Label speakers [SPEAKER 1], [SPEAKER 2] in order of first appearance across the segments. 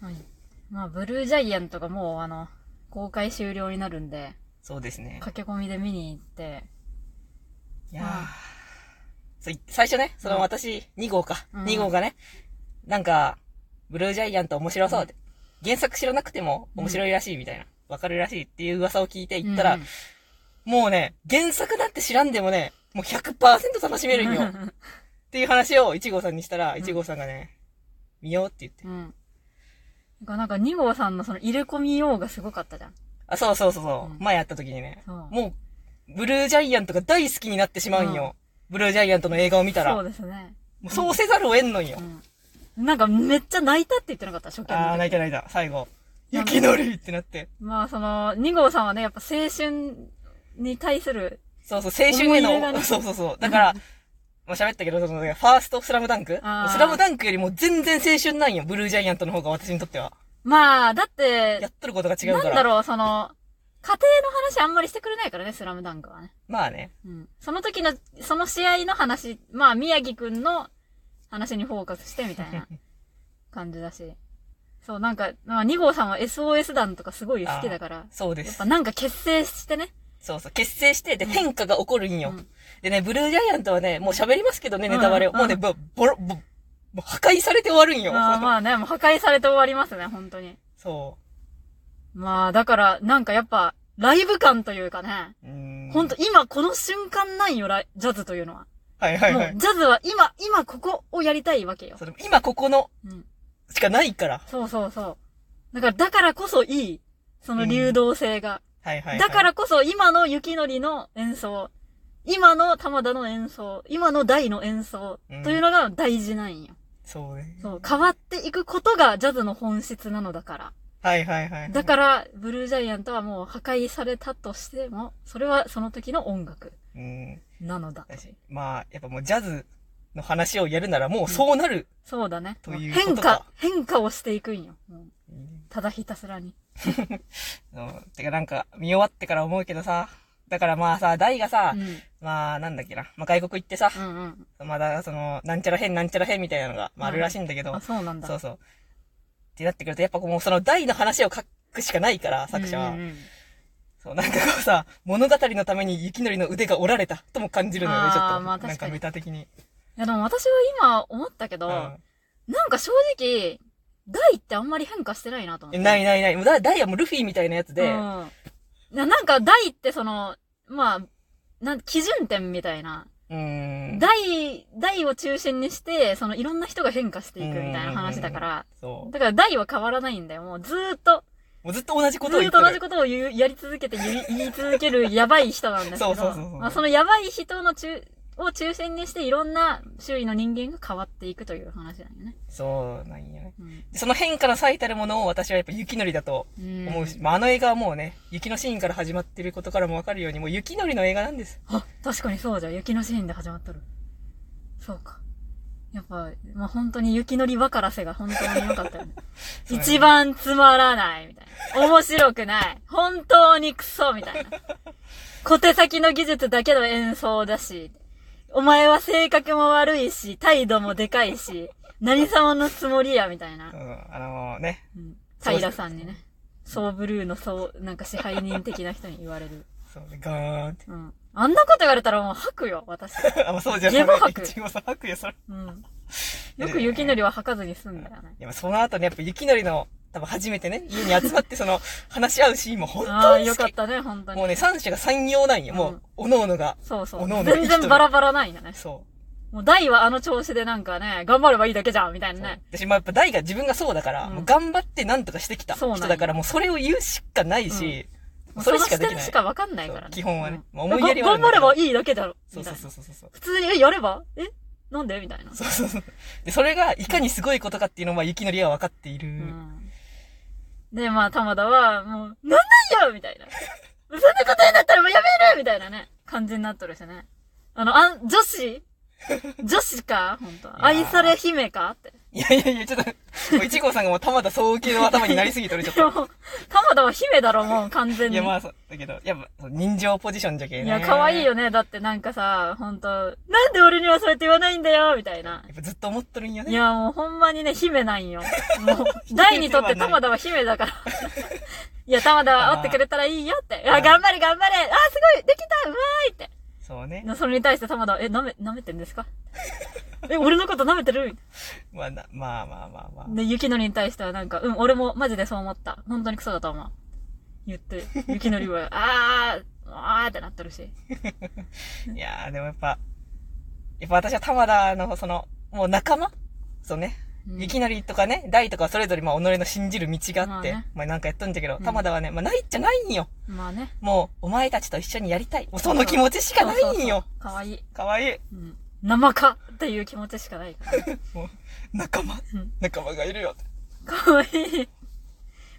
[SPEAKER 1] はい。まあ、ブルージャイアントがもう、あの、公開終了になるんで、
[SPEAKER 2] そうですね。
[SPEAKER 1] 駆け込みで見に行って、
[SPEAKER 2] いやーそうい最初ね、その私、2号か。
[SPEAKER 1] うん
[SPEAKER 2] 2号がね、なんか、ブルージャイアント面白そうって。原作知らなくても面白いらしいみたいな。わかるらしいっていう噂を聞いて行ったら、
[SPEAKER 1] うん
[SPEAKER 2] もうね、原作なんて知らんでもね、もう100%楽しめるんよ。っ。ていう話を1号さんにしたら、
[SPEAKER 1] ん
[SPEAKER 2] 1号さんがね、見ようって言って。
[SPEAKER 1] うん。なんか、2号さんのその入れ込みようがすごかったじゃん。
[SPEAKER 2] あ、そうそうそうそう、
[SPEAKER 1] うん
[SPEAKER 2] 前やった時にね。
[SPEAKER 1] そう。
[SPEAKER 2] もう、ブルージャイアントが大好きになってしまうんよ。ブルージャイアントの映画を見たら。
[SPEAKER 1] そう
[SPEAKER 2] も
[SPEAKER 1] ですね。
[SPEAKER 2] うそうせざるを得んのんよ。
[SPEAKER 1] うん。なんか、めっちゃ泣いたって言ってなかった、初見の時
[SPEAKER 2] あー、泣いた泣いた、最後。
[SPEAKER 1] な
[SPEAKER 2] ゆ
[SPEAKER 1] んで
[SPEAKER 2] きのりってなって。
[SPEAKER 1] まあ、その、2号さんはね、やっぱ青春に対する、
[SPEAKER 2] そうそう、青春へ
[SPEAKER 1] 思い入れが
[SPEAKER 2] の、
[SPEAKER 1] ね
[SPEAKER 2] そうそうそう。だから、まあ喋ったけど、その、ファーストスラムダンクス
[SPEAKER 1] あー
[SPEAKER 2] ラムダンクよりも全然青春なんよ、ブルージャイアントの方が私にとっては。
[SPEAKER 1] まあ、だっ
[SPEAKER 2] や
[SPEAKER 1] て
[SPEAKER 2] っ、とることが違う
[SPEAKER 1] な
[SPEAKER 2] か
[SPEAKER 1] ん
[SPEAKER 2] ら。
[SPEAKER 1] だろう、その、家庭の話あんまりしてくれないからね、スラムダンクはね。
[SPEAKER 2] まあね。
[SPEAKER 1] うん。その時の、その試合の話、まあ、宮城くんの話にフォーカスしてみた いな感じだし。そう、なんか、まあ、2号さんは SOS 団とかすごい好きだから、
[SPEAKER 2] そうで
[SPEAKER 1] やっ
[SPEAKER 2] す
[SPEAKER 1] ぱ。なんか結成してね。
[SPEAKER 2] そうそう。結成して、で、変化が起こるんよ。
[SPEAKER 1] うん
[SPEAKER 2] でね、ブルージャイアントはね、もう喋りますけどね、ネタバレを。
[SPEAKER 1] うんうん
[SPEAKER 2] もうね、ぼ、ぼろ、ぼ、もう破壊されて終わるんよ。
[SPEAKER 1] まあまあね、もう破壊されて終わりますね、本当に。
[SPEAKER 2] そ
[SPEAKER 1] まあ、だから、なんかやっぱ、ライブ感というかね、
[SPEAKER 2] う。うーん
[SPEAKER 1] ほんと今この瞬間なんよ、ライジャズというのは。
[SPEAKER 2] はいはい
[SPEAKER 1] も
[SPEAKER 2] は
[SPEAKER 1] う
[SPEAKER 2] い。
[SPEAKER 1] ジャズは今、今ここをやりたいわけよ。
[SPEAKER 2] それ今ここの、
[SPEAKER 1] うん。
[SPEAKER 2] しかないから。
[SPEAKER 1] そうそうそう。だから、だからこそいい。その流動性が。
[SPEAKER 2] はいはい、はい。
[SPEAKER 1] だからこそ今の雪のりの演奏、今の玉田の演奏、今の大の演奏
[SPEAKER 2] うん
[SPEAKER 1] というのが大事なんよ。
[SPEAKER 2] そうね。
[SPEAKER 1] そう、変わっていくことがジャズの本質なのだから。
[SPEAKER 2] はいはいはい。
[SPEAKER 1] だから、ブルージャイアントはもう破壊されたとしても、それはその時の音楽
[SPEAKER 2] うん。
[SPEAKER 1] なのだ。
[SPEAKER 2] だしまあ、やっぱもうジャズの話をやるならもうそうなる。
[SPEAKER 1] そうだね。
[SPEAKER 2] ということ
[SPEAKER 1] 変
[SPEAKER 2] か
[SPEAKER 1] 化、変化をしていくんよ。もうただひたすらに。
[SPEAKER 2] うんてかなんか、見終わってから思うけどさ。だからまあさ、大がさ、
[SPEAKER 1] うん。
[SPEAKER 2] まあなんだっけな。まあ外国行ってさ、
[SPEAKER 1] うんうん。
[SPEAKER 2] まだその、なんちゃら変なんちゃら変みたいなのが、まああるらしいんだけど
[SPEAKER 1] あ、、そうなんだ。
[SPEAKER 2] そうそう。ってなってくると、やっぱもうその大の話を書くしかないから、作者は。
[SPEAKER 1] うんうんうん
[SPEAKER 2] そう、なんかこうさ、物語のために雪のりの腕が折られたとも感じるのよね、
[SPEAKER 1] あー
[SPEAKER 2] ちょっと。
[SPEAKER 1] まあ確かに
[SPEAKER 2] なんかメタ的に。
[SPEAKER 1] いやでも私は今思ったけど、
[SPEAKER 2] うん
[SPEAKER 1] なんか正直、大ってあんまり変化してないなと思っ
[SPEAKER 2] え
[SPEAKER 1] て。
[SPEAKER 2] ないないない。もうだダイヤもルフィみたいなやつで、
[SPEAKER 1] うんななんか大ってその、まあ、なん基準点みたいな。
[SPEAKER 2] うーん。
[SPEAKER 1] 大、大を中心にして、そのいろんな人が変化していくみたいな話だから、
[SPEAKER 2] そう。
[SPEAKER 1] だから大は変わらないんだよ。もうずーっと、
[SPEAKER 2] もうずっと同じ
[SPEAKER 1] ず
[SPEAKER 2] ことを
[SPEAKER 1] ー
[SPEAKER 2] 言
[SPEAKER 1] っ
[SPEAKER 2] って
[SPEAKER 1] と
[SPEAKER 2] る。
[SPEAKER 1] 同じことを言うやり続けて言い言い続けるやばい人なんですけ
[SPEAKER 2] そ
[SPEAKER 1] ど、
[SPEAKER 2] うそうそうそう
[SPEAKER 1] まあ、そのやばい人の中、を中心にしていろんな周囲の人間が変わっていくという話なんよね。
[SPEAKER 2] そうなんよね。
[SPEAKER 1] うん
[SPEAKER 2] その変化の最たるものを私はやっぱ雪のりだと
[SPEAKER 1] うん
[SPEAKER 2] 思うし、まああの映画はもうね、雪のシーンから始まってることからもわかるように、もう雪のりの映画なんです。
[SPEAKER 1] あ、確かにそうじゃん。雪のシーンで始まっとる。そうか。やっぱ、まあ、本当に雪のり分からせが本当に良かったよね。
[SPEAKER 2] そうやね
[SPEAKER 1] 一番つまらない、みたいな。面白くない。本当にクソ、みたいな。小手先の技術だけの演奏だし、お前は性格も悪いし、態度もでかいし、何様のつもりや、みたいな
[SPEAKER 2] う。ん、あのね、
[SPEAKER 1] うん。
[SPEAKER 2] そうです
[SPEAKER 1] 平さんにね。ソーブルーのそう、なんか支配人的な人に言われる。
[SPEAKER 2] そうね、ガーンって。
[SPEAKER 1] うん。あんなこと言われたらもう吐くよ、私。
[SPEAKER 2] あ、まあそうじゃん。
[SPEAKER 1] ゲボ吐く
[SPEAKER 2] いちごさん吐くよ、それ。
[SPEAKER 1] うん。よく雪のりは履かずに済んだよね。
[SPEAKER 2] でもその後ね、やっぱ雪のりの、多分初めてね、家に集まってその、話し合うシーンも本
[SPEAKER 1] あ
[SPEAKER 2] 当
[SPEAKER 1] あ、
[SPEAKER 2] に
[SPEAKER 1] よ
[SPEAKER 2] 好き。
[SPEAKER 1] かったね、本当に。
[SPEAKER 2] もうね、三者が三様なんよ。も
[SPEAKER 1] うん
[SPEAKER 2] う、おのおのが。
[SPEAKER 1] そうそ
[SPEAKER 2] お
[SPEAKER 1] う。
[SPEAKER 2] のお
[SPEAKER 1] 全
[SPEAKER 2] の生きとる
[SPEAKER 1] 然バラバラないよね。
[SPEAKER 2] そ。
[SPEAKER 1] もう大はあの調子でなんかね、頑張ればいいだけじゃん、みたいうなね。
[SPEAKER 2] 私もやっぱ大が自分がそうだから、
[SPEAKER 1] うん
[SPEAKER 2] もう頑張って何とかしてきた
[SPEAKER 1] そう
[SPEAKER 2] 人
[SPEAKER 1] なんよ
[SPEAKER 2] だから、もうそれを言うしかないし、
[SPEAKER 1] もう
[SPEAKER 2] そ
[SPEAKER 1] そ
[SPEAKER 2] れ
[SPEAKER 1] の
[SPEAKER 2] し
[SPEAKER 1] 視
[SPEAKER 2] かでき
[SPEAKER 1] 点
[SPEAKER 2] ない
[SPEAKER 1] し。かわかんないから
[SPEAKER 2] そ
[SPEAKER 1] ね。
[SPEAKER 2] う基本はね
[SPEAKER 1] うん
[SPEAKER 2] まあ思いやりはある
[SPEAKER 1] 頑
[SPEAKER 2] んだ
[SPEAKER 1] 張
[SPEAKER 2] け
[SPEAKER 1] れ
[SPEAKER 2] ど
[SPEAKER 1] ばいいだけだろ。
[SPEAKER 2] そ
[SPEAKER 1] み
[SPEAKER 2] う
[SPEAKER 1] た
[SPEAKER 2] そ
[SPEAKER 1] いうな
[SPEAKER 2] そうそうそう。
[SPEAKER 1] 普通に、えやればえなんでみたいな。
[SPEAKER 2] そうそうそう。で、それがいかにすごいことかっていうのは、雪のりは分かっている。
[SPEAKER 1] うんで、まあ、玉田は、もう、なんなんよみたいな。そんなことになったらもうやめるみたいなね、感じになっとるしね。あの、あん、女子女子か本当
[SPEAKER 2] ー
[SPEAKER 1] 愛され姫かって。
[SPEAKER 2] いやいやいや、ちょっと、もう一号さんがもう玉田総計の頭になりすぎとる、 ちょっ
[SPEAKER 1] でも、玉田は姫だろ、もう完
[SPEAKER 2] と。
[SPEAKER 1] 全
[SPEAKER 2] い
[SPEAKER 1] に。
[SPEAKER 2] や、まあ、そうだけど、やっぱ、そう人情ポジションじゃけえね。
[SPEAKER 1] いや、可愛いよね。だってなんかさ、ほんと、なんで俺にはそうやって言わないんだよ、みたいな
[SPEAKER 2] や。っぱずっと思っとるんよね。
[SPEAKER 1] いや、もうほんまにね、姫な んよ。もう、大にとって玉田は姫だから。 いや、玉田は会ってくれたらいいよって。
[SPEAKER 2] あ
[SPEAKER 1] あ、
[SPEAKER 2] ー
[SPEAKER 1] 頑張れ頑張れあ、すごいできたうまいって。
[SPEAKER 2] そうね。
[SPEAKER 1] それに対して玉田は、え、舐め、舐めて んですかえ、俺のこと舐めてるみたい
[SPEAKER 2] まあ、なまあまあまあまあ。
[SPEAKER 1] なで、雪乃りに対してはなんか、うん、俺もマジでそう思った。本当にクソだと思う。言って、雪乃 りは、あー、あーってなってるし。
[SPEAKER 2] いやー、でもやっぱ、やっぱ私は玉田の、その、もう仲間そうね。
[SPEAKER 1] うん
[SPEAKER 2] いきなりとかね、大とかそれぞれ、まあ、己の信じる道があって、ま
[SPEAKER 1] まあ
[SPEAKER 2] あ
[SPEAKER 1] ね、
[SPEAKER 2] なんかやっとんじゃけど、
[SPEAKER 1] うん
[SPEAKER 2] 玉田はね、まあ、ないっちゃないんよ。
[SPEAKER 1] まあね。
[SPEAKER 2] もう、お前たちと一緒にやりたい。もうその気持ちしかないんよ。
[SPEAKER 1] かわいい。
[SPEAKER 2] かわいい。
[SPEAKER 1] うん。生かっていう気持ちしかないから。
[SPEAKER 2] 仲間
[SPEAKER 1] うん。
[SPEAKER 2] 仲間がいるよ。
[SPEAKER 1] かわいい。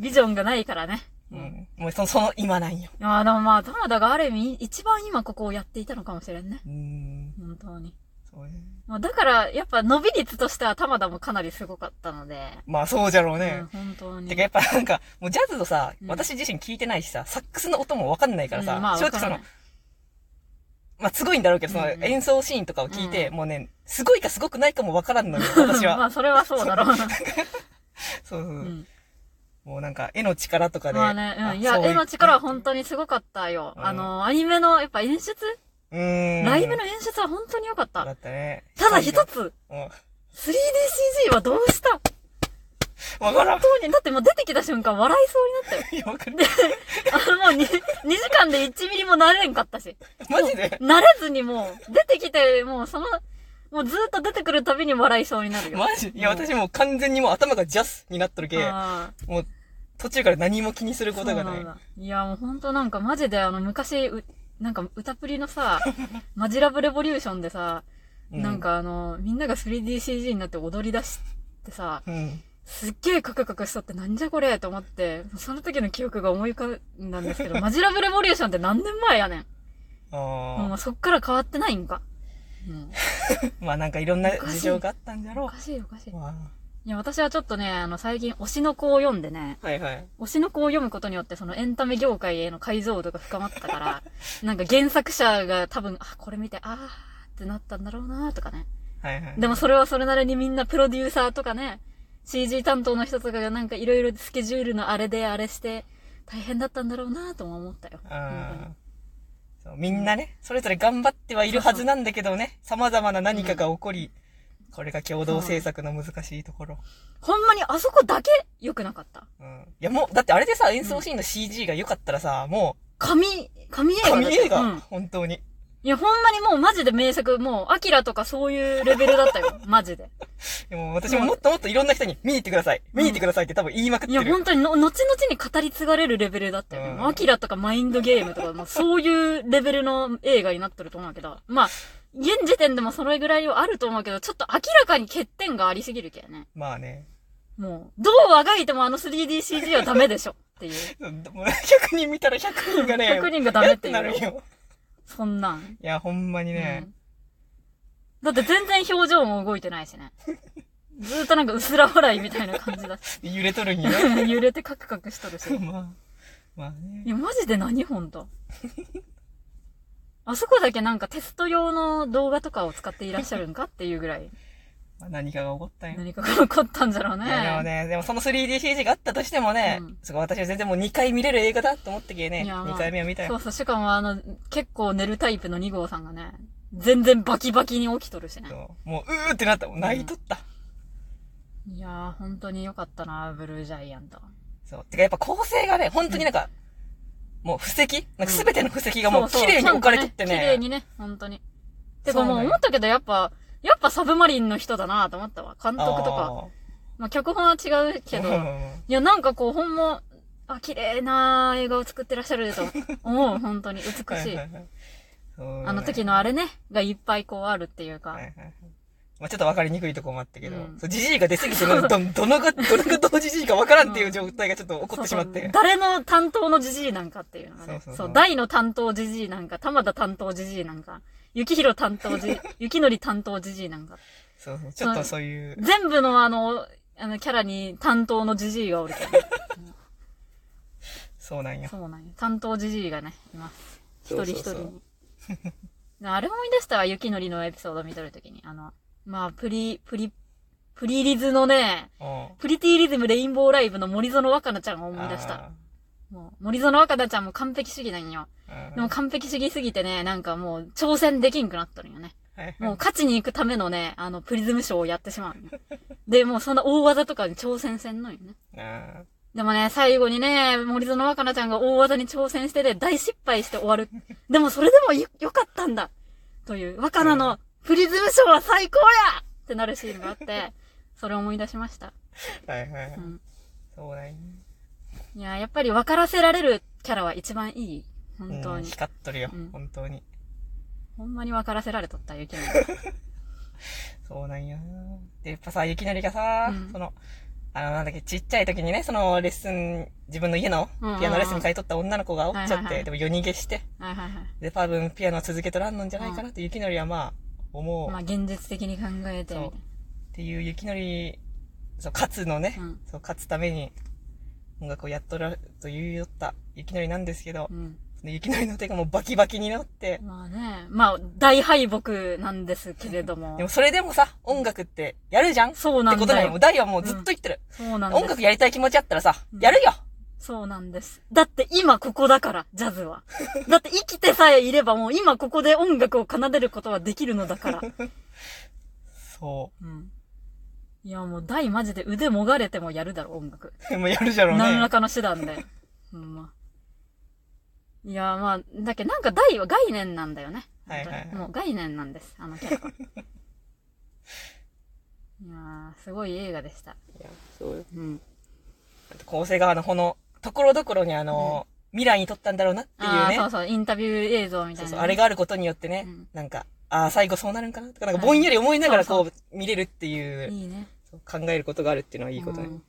[SPEAKER 1] ビジョンがないからね。
[SPEAKER 2] う
[SPEAKER 1] うん。
[SPEAKER 2] ん。もう、その、その、今なんよ。
[SPEAKER 1] ああ、でもまあ、玉田がある意味、一番今ここをやっていたのかもしれんね。
[SPEAKER 2] うん。
[SPEAKER 1] 本当に。
[SPEAKER 2] そうね。
[SPEAKER 1] まあ、だから、やっぱ伸び率としては玉田もかなりすごかったので。
[SPEAKER 2] まあ、そうじゃろう
[SPEAKER 1] うん、
[SPEAKER 2] ね。
[SPEAKER 1] 本当に。
[SPEAKER 2] てか、やっぱなんか、もうジャズとさ、
[SPEAKER 1] うん
[SPEAKER 2] 私自身聞いてないしさ、サックスの音もわかんないからさ、
[SPEAKER 1] うんまあ、
[SPEAKER 2] 正
[SPEAKER 1] わか
[SPEAKER 2] 直そ
[SPEAKER 1] らな
[SPEAKER 2] の
[SPEAKER 1] い、
[SPEAKER 2] まあ、すごいんだろうけど、その、
[SPEAKER 1] うんうん
[SPEAKER 2] 演奏シーンとかを聞いて、
[SPEAKER 1] う
[SPEAKER 2] もうね、すごいかすごくないかもわからんのよ、私
[SPEAKER 1] ま
[SPEAKER 2] は。
[SPEAKER 1] あ、それはそうだろうな。
[SPEAKER 2] そうそうう。
[SPEAKER 1] ん。
[SPEAKER 2] もうなんか、絵の力とかで。
[SPEAKER 1] まあね、うん。いや、
[SPEAKER 2] そう
[SPEAKER 1] 絵の力は本当にすごかったよ。
[SPEAKER 2] うん
[SPEAKER 1] あの、アニメの、やっぱ演出、
[SPEAKER 2] うーん。
[SPEAKER 1] ライブの演出は本当に良かっ
[SPEAKER 2] だ
[SPEAKER 1] た。
[SPEAKER 2] ったね。
[SPEAKER 1] ただ一つ、
[SPEAKER 2] うん。
[SPEAKER 1] 3DCG はどうした
[SPEAKER 2] わからん。
[SPEAKER 1] 本当に、だってもう出てきた瞬間笑いそうになった
[SPEAKER 2] い
[SPEAKER 1] よ。
[SPEAKER 2] や、わかる。
[SPEAKER 1] あ のもうに 2, 時間で1ミリも慣れんかったし。
[SPEAKER 2] マジで
[SPEAKER 1] 慣れずにもう、出てきて、もうその、もうずっと出てくるたびに笑いそうになるよ。
[SPEAKER 2] マジいや、
[SPEAKER 1] もう
[SPEAKER 2] 私もう完全にもう頭がジャスになっとるけ、
[SPEAKER 1] あー
[SPEAKER 2] もう、途中から何も気にする
[SPEAKER 1] そ
[SPEAKER 2] こ
[SPEAKER 1] う
[SPEAKER 2] と
[SPEAKER 1] な
[SPEAKER 2] が
[SPEAKER 1] ん
[SPEAKER 2] ない。
[SPEAKER 1] だ。いや、もうほんとなんかマジであの昔、うなんか歌プリの さ、マジラブレボリューションでさ、
[SPEAKER 2] う
[SPEAKER 1] なん。かあの、みんなが 3DCG になって踊り出してさ、
[SPEAKER 2] うん。
[SPEAKER 1] すっげえカクカクしとってなんじゃこれと思って、その時の記憶が思い浮かんだんです けど、マジラブレボリューションって何年前やねん。も
[SPEAKER 2] あ
[SPEAKER 1] うそっから変わってないんか。うん。
[SPEAKER 2] あ。まあなんかいろんな事情があったんだ
[SPEAKER 1] お
[SPEAKER 2] ろ。。
[SPEAKER 1] かしいおかしいう
[SPEAKER 2] ま
[SPEAKER 1] いや、私はちょっとね、あの、最近推しの子を読んでね、
[SPEAKER 2] あ。はいはい。
[SPEAKER 1] 推しの子を読むことによって、そのエンタメ業界への解像度が深まった から、なんか原作者が多分、あ、これ見て、あーってなったんだろうなーとかね。
[SPEAKER 2] はいはい。
[SPEAKER 1] でもそれはそれなりにみんなプロデューサーとかね、CG 担当の人とかがなんかいろいろスケジュールのあれであれして、大変だったんだろうなーとも思ったよ。本当に
[SPEAKER 2] あーそうみんなね、それぞれ頑張ってはいるはずなんだけどね、様々な何かが起こり、これが共同制作の難しいところ。
[SPEAKER 1] ほんまにあそこだけ良くなかった。
[SPEAKER 2] うん。いやもう、だってあれでさ、演奏シーンの CG が良かったらさ、も
[SPEAKER 1] 神、神映
[SPEAKER 2] う、
[SPEAKER 1] 画だった
[SPEAKER 2] 神映画、
[SPEAKER 1] うん
[SPEAKER 2] 本当に。
[SPEAKER 1] いや、ほんまにもうマジで名作、もう、アキラとかそういうレベルだっ たよ。マジで。
[SPEAKER 2] でも私ももっともっといろんな人に、見に行ってください、見に行ってくださいって多分言いまくっ
[SPEAKER 1] い
[SPEAKER 2] て
[SPEAKER 1] や、
[SPEAKER 2] る。
[SPEAKER 1] 本当にの、後々に語り継がれるレベルだったよね。
[SPEAKER 2] うん
[SPEAKER 1] もうアキラとかマインドゲームとか、もうそういうレベルの映画になってると思うけど、まあ、現時点でもそれぐらいはあると思うけど、ちょっと明らかに欠点がありすぎるけどね。
[SPEAKER 2] まあね。
[SPEAKER 1] もう、どうあがいてもあの 3DCG はダメでしょ。っ ていう。
[SPEAKER 2] うんもう100人見たら100人がね、
[SPEAKER 1] 100人がダメって
[SPEAKER 2] え
[SPEAKER 1] い
[SPEAKER 2] な
[SPEAKER 1] う
[SPEAKER 2] る
[SPEAKER 1] よ。
[SPEAKER 2] よ。
[SPEAKER 1] そんなん。
[SPEAKER 2] いや、ほんまにね
[SPEAKER 1] う、んだって全然表情も動いてないしね。ずーっとなんか薄ら笑いみたいな感じだし。
[SPEAKER 2] 揺れとるんよね。
[SPEAKER 1] 揺れてカクカクしとる し。
[SPEAKER 2] まあ、まあね
[SPEAKER 1] い。や、マジで何ほんと。あそこだけなんかテスト用の動画とかを使っていらっしゃるんかっていうぐらい、
[SPEAKER 2] まあ何かが起こったんよ。
[SPEAKER 1] 何かが起こったんじゃろうね。
[SPEAKER 2] いやでもね、でもその 3DCG があったとしてもね、
[SPEAKER 1] うん
[SPEAKER 2] すごい私は全然もう2回見れる映画だと思ってけね、
[SPEAKER 1] いやまあ
[SPEAKER 2] 2回目は見た
[SPEAKER 1] そ
[SPEAKER 2] よ。
[SPEAKER 1] うそう、しかもあの、結構寝るタイプの2号さんがね、全然バキバキに起きとるしね。
[SPEAKER 2] そうもう、うーってなった。もう泣いとった。
[SPEAKER 1] いやー、本当に良かったな、ブルージャイアント。
[SPEAKER 2] そう。てかやっぱ構成がね、本当になんか、もう布石なんか全ての布石がもう
[SPEAKER 1] そそ
[SPEAKER 2] 綺麗に置かれとって
[SPEAKER 1] ちゃんと綺麗
[SPEAKER 2] ね。
[SPEAKER 1] にね、本当に。て
[SPEAKER 2] そ
[SPEAKER 1] か
[SPEAKER 2] う
[SPEAKER 1] もう
[SPEAKER 2] なんよ
[SPEAKER 1] 思ったけどやっぱ、やっぱサブマリンの人だなと思ったわ。監督とか。まあ、脚本は
[SPEAKER 2] あ
[SPEAKER 1] 違う
[SPEAKER 2] ー。
[SPEAKER 1] けど、
[SPEAKER 2] うん
[SPEAKER 1] いや、なんかこう、ほんま、あ、綺麗な映画を作ってらっしゃる と思う、本当に。美しい。あ
[SPEAKER 2] あ
[SPEAKER 1] の時のあれね、がいっぱいこうあるっていうか。
[SPEAKER 2] はいはいはいまあちょっと分かりにくいとこもあったけど
[SPEAKER 1] うん、
[SPEAKER 2] じじいが出すぎて、ど、どのが、 どのが同じじいか分からんっていう状態がちょっと起こってしまっ
[SPEAKER 1] そうそ
[SPEAKER 2] て
[SPEAKER 1] う。誰の担当のじじいなんかっていうのがね。そ
[SPEAKER 2] そううそうそう
[SPEAKER 1] 大の担当 じじいなんか、玉田担当じじいなんか、雪広担当じ、雪のり担当じじいなんか。
[SPEAKER 2] そうそう。ちょっとそういう、
[SPEAKER 1] 全部のあの、あの、キャラに担当のジジイがおるけ どね。
[SPEAKER 2] そうなんよ。
[SPEAKER 1] そうなんよ。担当ジジイがね、います。一人一人
[SPEAKER 2] そうそうそう
[SPEAKER 1] に。 あれ思い出したわ、雪のりのエピソード見とるときに。あの、まあ、プリ、プリ、プリリズのね、
[SPEAKER 2] うん
[SPEAKER 1] プリティリズムレインボーライブの森園若菜ちゃんを思い出した。。もう、森園若菜ちゃんも完璧主義なんよ。
[SPEAKER 2] あー
[SPEAKER 1] でも、完璧主義すぎてね、なんかもう挑戦できんくなったのよね。
[SPEAKER 2] はい
[SPEAKER 1] もう勝ちに行くためのね、あの、プリズムショーをやってしまうのよ。で、もうそんな大技とかに挑戦せんのよね。
[SPEAKER 2] あ
[SPEAKER 1] でもね、最後にね、森園若菜ちゃんが大技に挑戦してで、大失敗して終わる。でもそれでもよ、よかったんだという、若菜のプリズムショーは最高やってなるシーンがあって、それを思い出しました。。
[SPEAKER 2] ーはいはいう
[SPEAKER 1] ん。
[SPEAKER 2] そうなんよ。
[SPEAKER 1] いや、やっぱり分からせられるキャラは一番いい。本当
[SPEAKER 2] うん
[SPEAKER 1] に。
[SPEAKER 2] 光っとるよ
[SPEAKER 1] うん。
[SPEAKER 2] 本当に。
[SPEAKER 1] ほんまに分からせられとっ た、雪乃。
[SPEAKER 2] そうなんよ。で、やっぱさ、雪のりがさ
[SPEAKER 1] うん、
[SPEAKER 2] その、あの、なんだっけ、ちっちゃい時にね、その、レッスン、自分の家の
[SPEAKER 1] うんうんうん
[SPEAKER 2] ピアノレッスンに通いとった女の子がおっちゃ
[SPEAKER 1] はい
[SPEAKER 2] っ
[SPEAKER 1] はいは
[SPEAKER 2] て、
[SPEAKER 1] い
[SPEAKER 2] でも夜逃げして、
[SPEAKER 1] はいはいはい。
[SPEAKER 2] で、多分ピアノ続けとらんのんじゃないかなって、雪のりはまあ、思う
[SPEAKER 1] まあ、。現実的に考えてみたい
[SPEAKER 2] そうっていう雪のり、そう、勝つのね、
[SPEAKER 1] うん
[SPEAKER 2] そう、勝つために、音楽をやっとら、と言いよった雪のりなんですけど
[SPEAKER 1] う、ん。
[SPEAKER 2] その雪のりの手がもうバキバキになって、
[SPEAKER 1] まあね、まあ、大敗北なんですけれども
[SPEAKER 2] で。もそれでもさ、音楽ってやるじゃんって
[SPEAKER 1] そうなん
[SPEAKER 2] こと
[SPEAKER 1] だ
[SPEAKER 2] だよ。も
[SPEAKER 1] よ
[SPEAKER 2] う。大はもうずっと言ってる。
[SPEAKER 1] そうなん
[SPEAKER 2] 音
[SPEAKER 1] です。
[SPEAKER 2] 楽やりたい気持ちあったらさ、
[SPEAKER 1] うん
[SPEAKER 2] やるよ
[SPEAKER 1] そうなんです。だって今ここだから、ジャ ズは。だって生きてさえいればもう今ここで音楽を奏でることはできるのだから。
[SPEAKER 2] そ
[SPEAKER 1] うん。いや、もう大マジで腕もがれてもやるだろ、音楽。
[SPEAKER 2] う。もうやるじゃろうね。
[SPEAKER 1] 何らかの手段で。 ほんま。いや、まあ、だけどなんか大は概念なんだよね。
[SPEAKER 2] はいはいはい
[SPEAKER 1] 本当にもう概念なんです、あのキャラ は。いやー、すごい映画でした。
[SPEAKER 2] いやそうよ
[SPEAKER 1] うん。
[SPEAKER 2] あと構成側のこの、ところどころにあの、未来に撮ったんだろうなっていう
[SPEAKER 1] ああ、
[SPEAKER 2] ね。
[SPEAKER 1] そうそう、インタビュー映像みた
[SPEAKER 2] そ
[SPEAKER 1] いうなね、
[SPEAKER 2] そう、あれがあることによってね、
[SPEAKER 1] うん
[SPEAKER 2] なんか、ああ、最後そうなるんかなとか、なんか
[SPEAKER 1] はい
[SPEAKER 2] ぼんやり思いながらこ
[SPEAKER 1] そう
[SPEAKER 2] う、見れるっていう
[SPEAKER 1] いいね。
[SPEAKER 2] そう考えることがあるっていうのはいいことね。
[SPEAKER 1] うん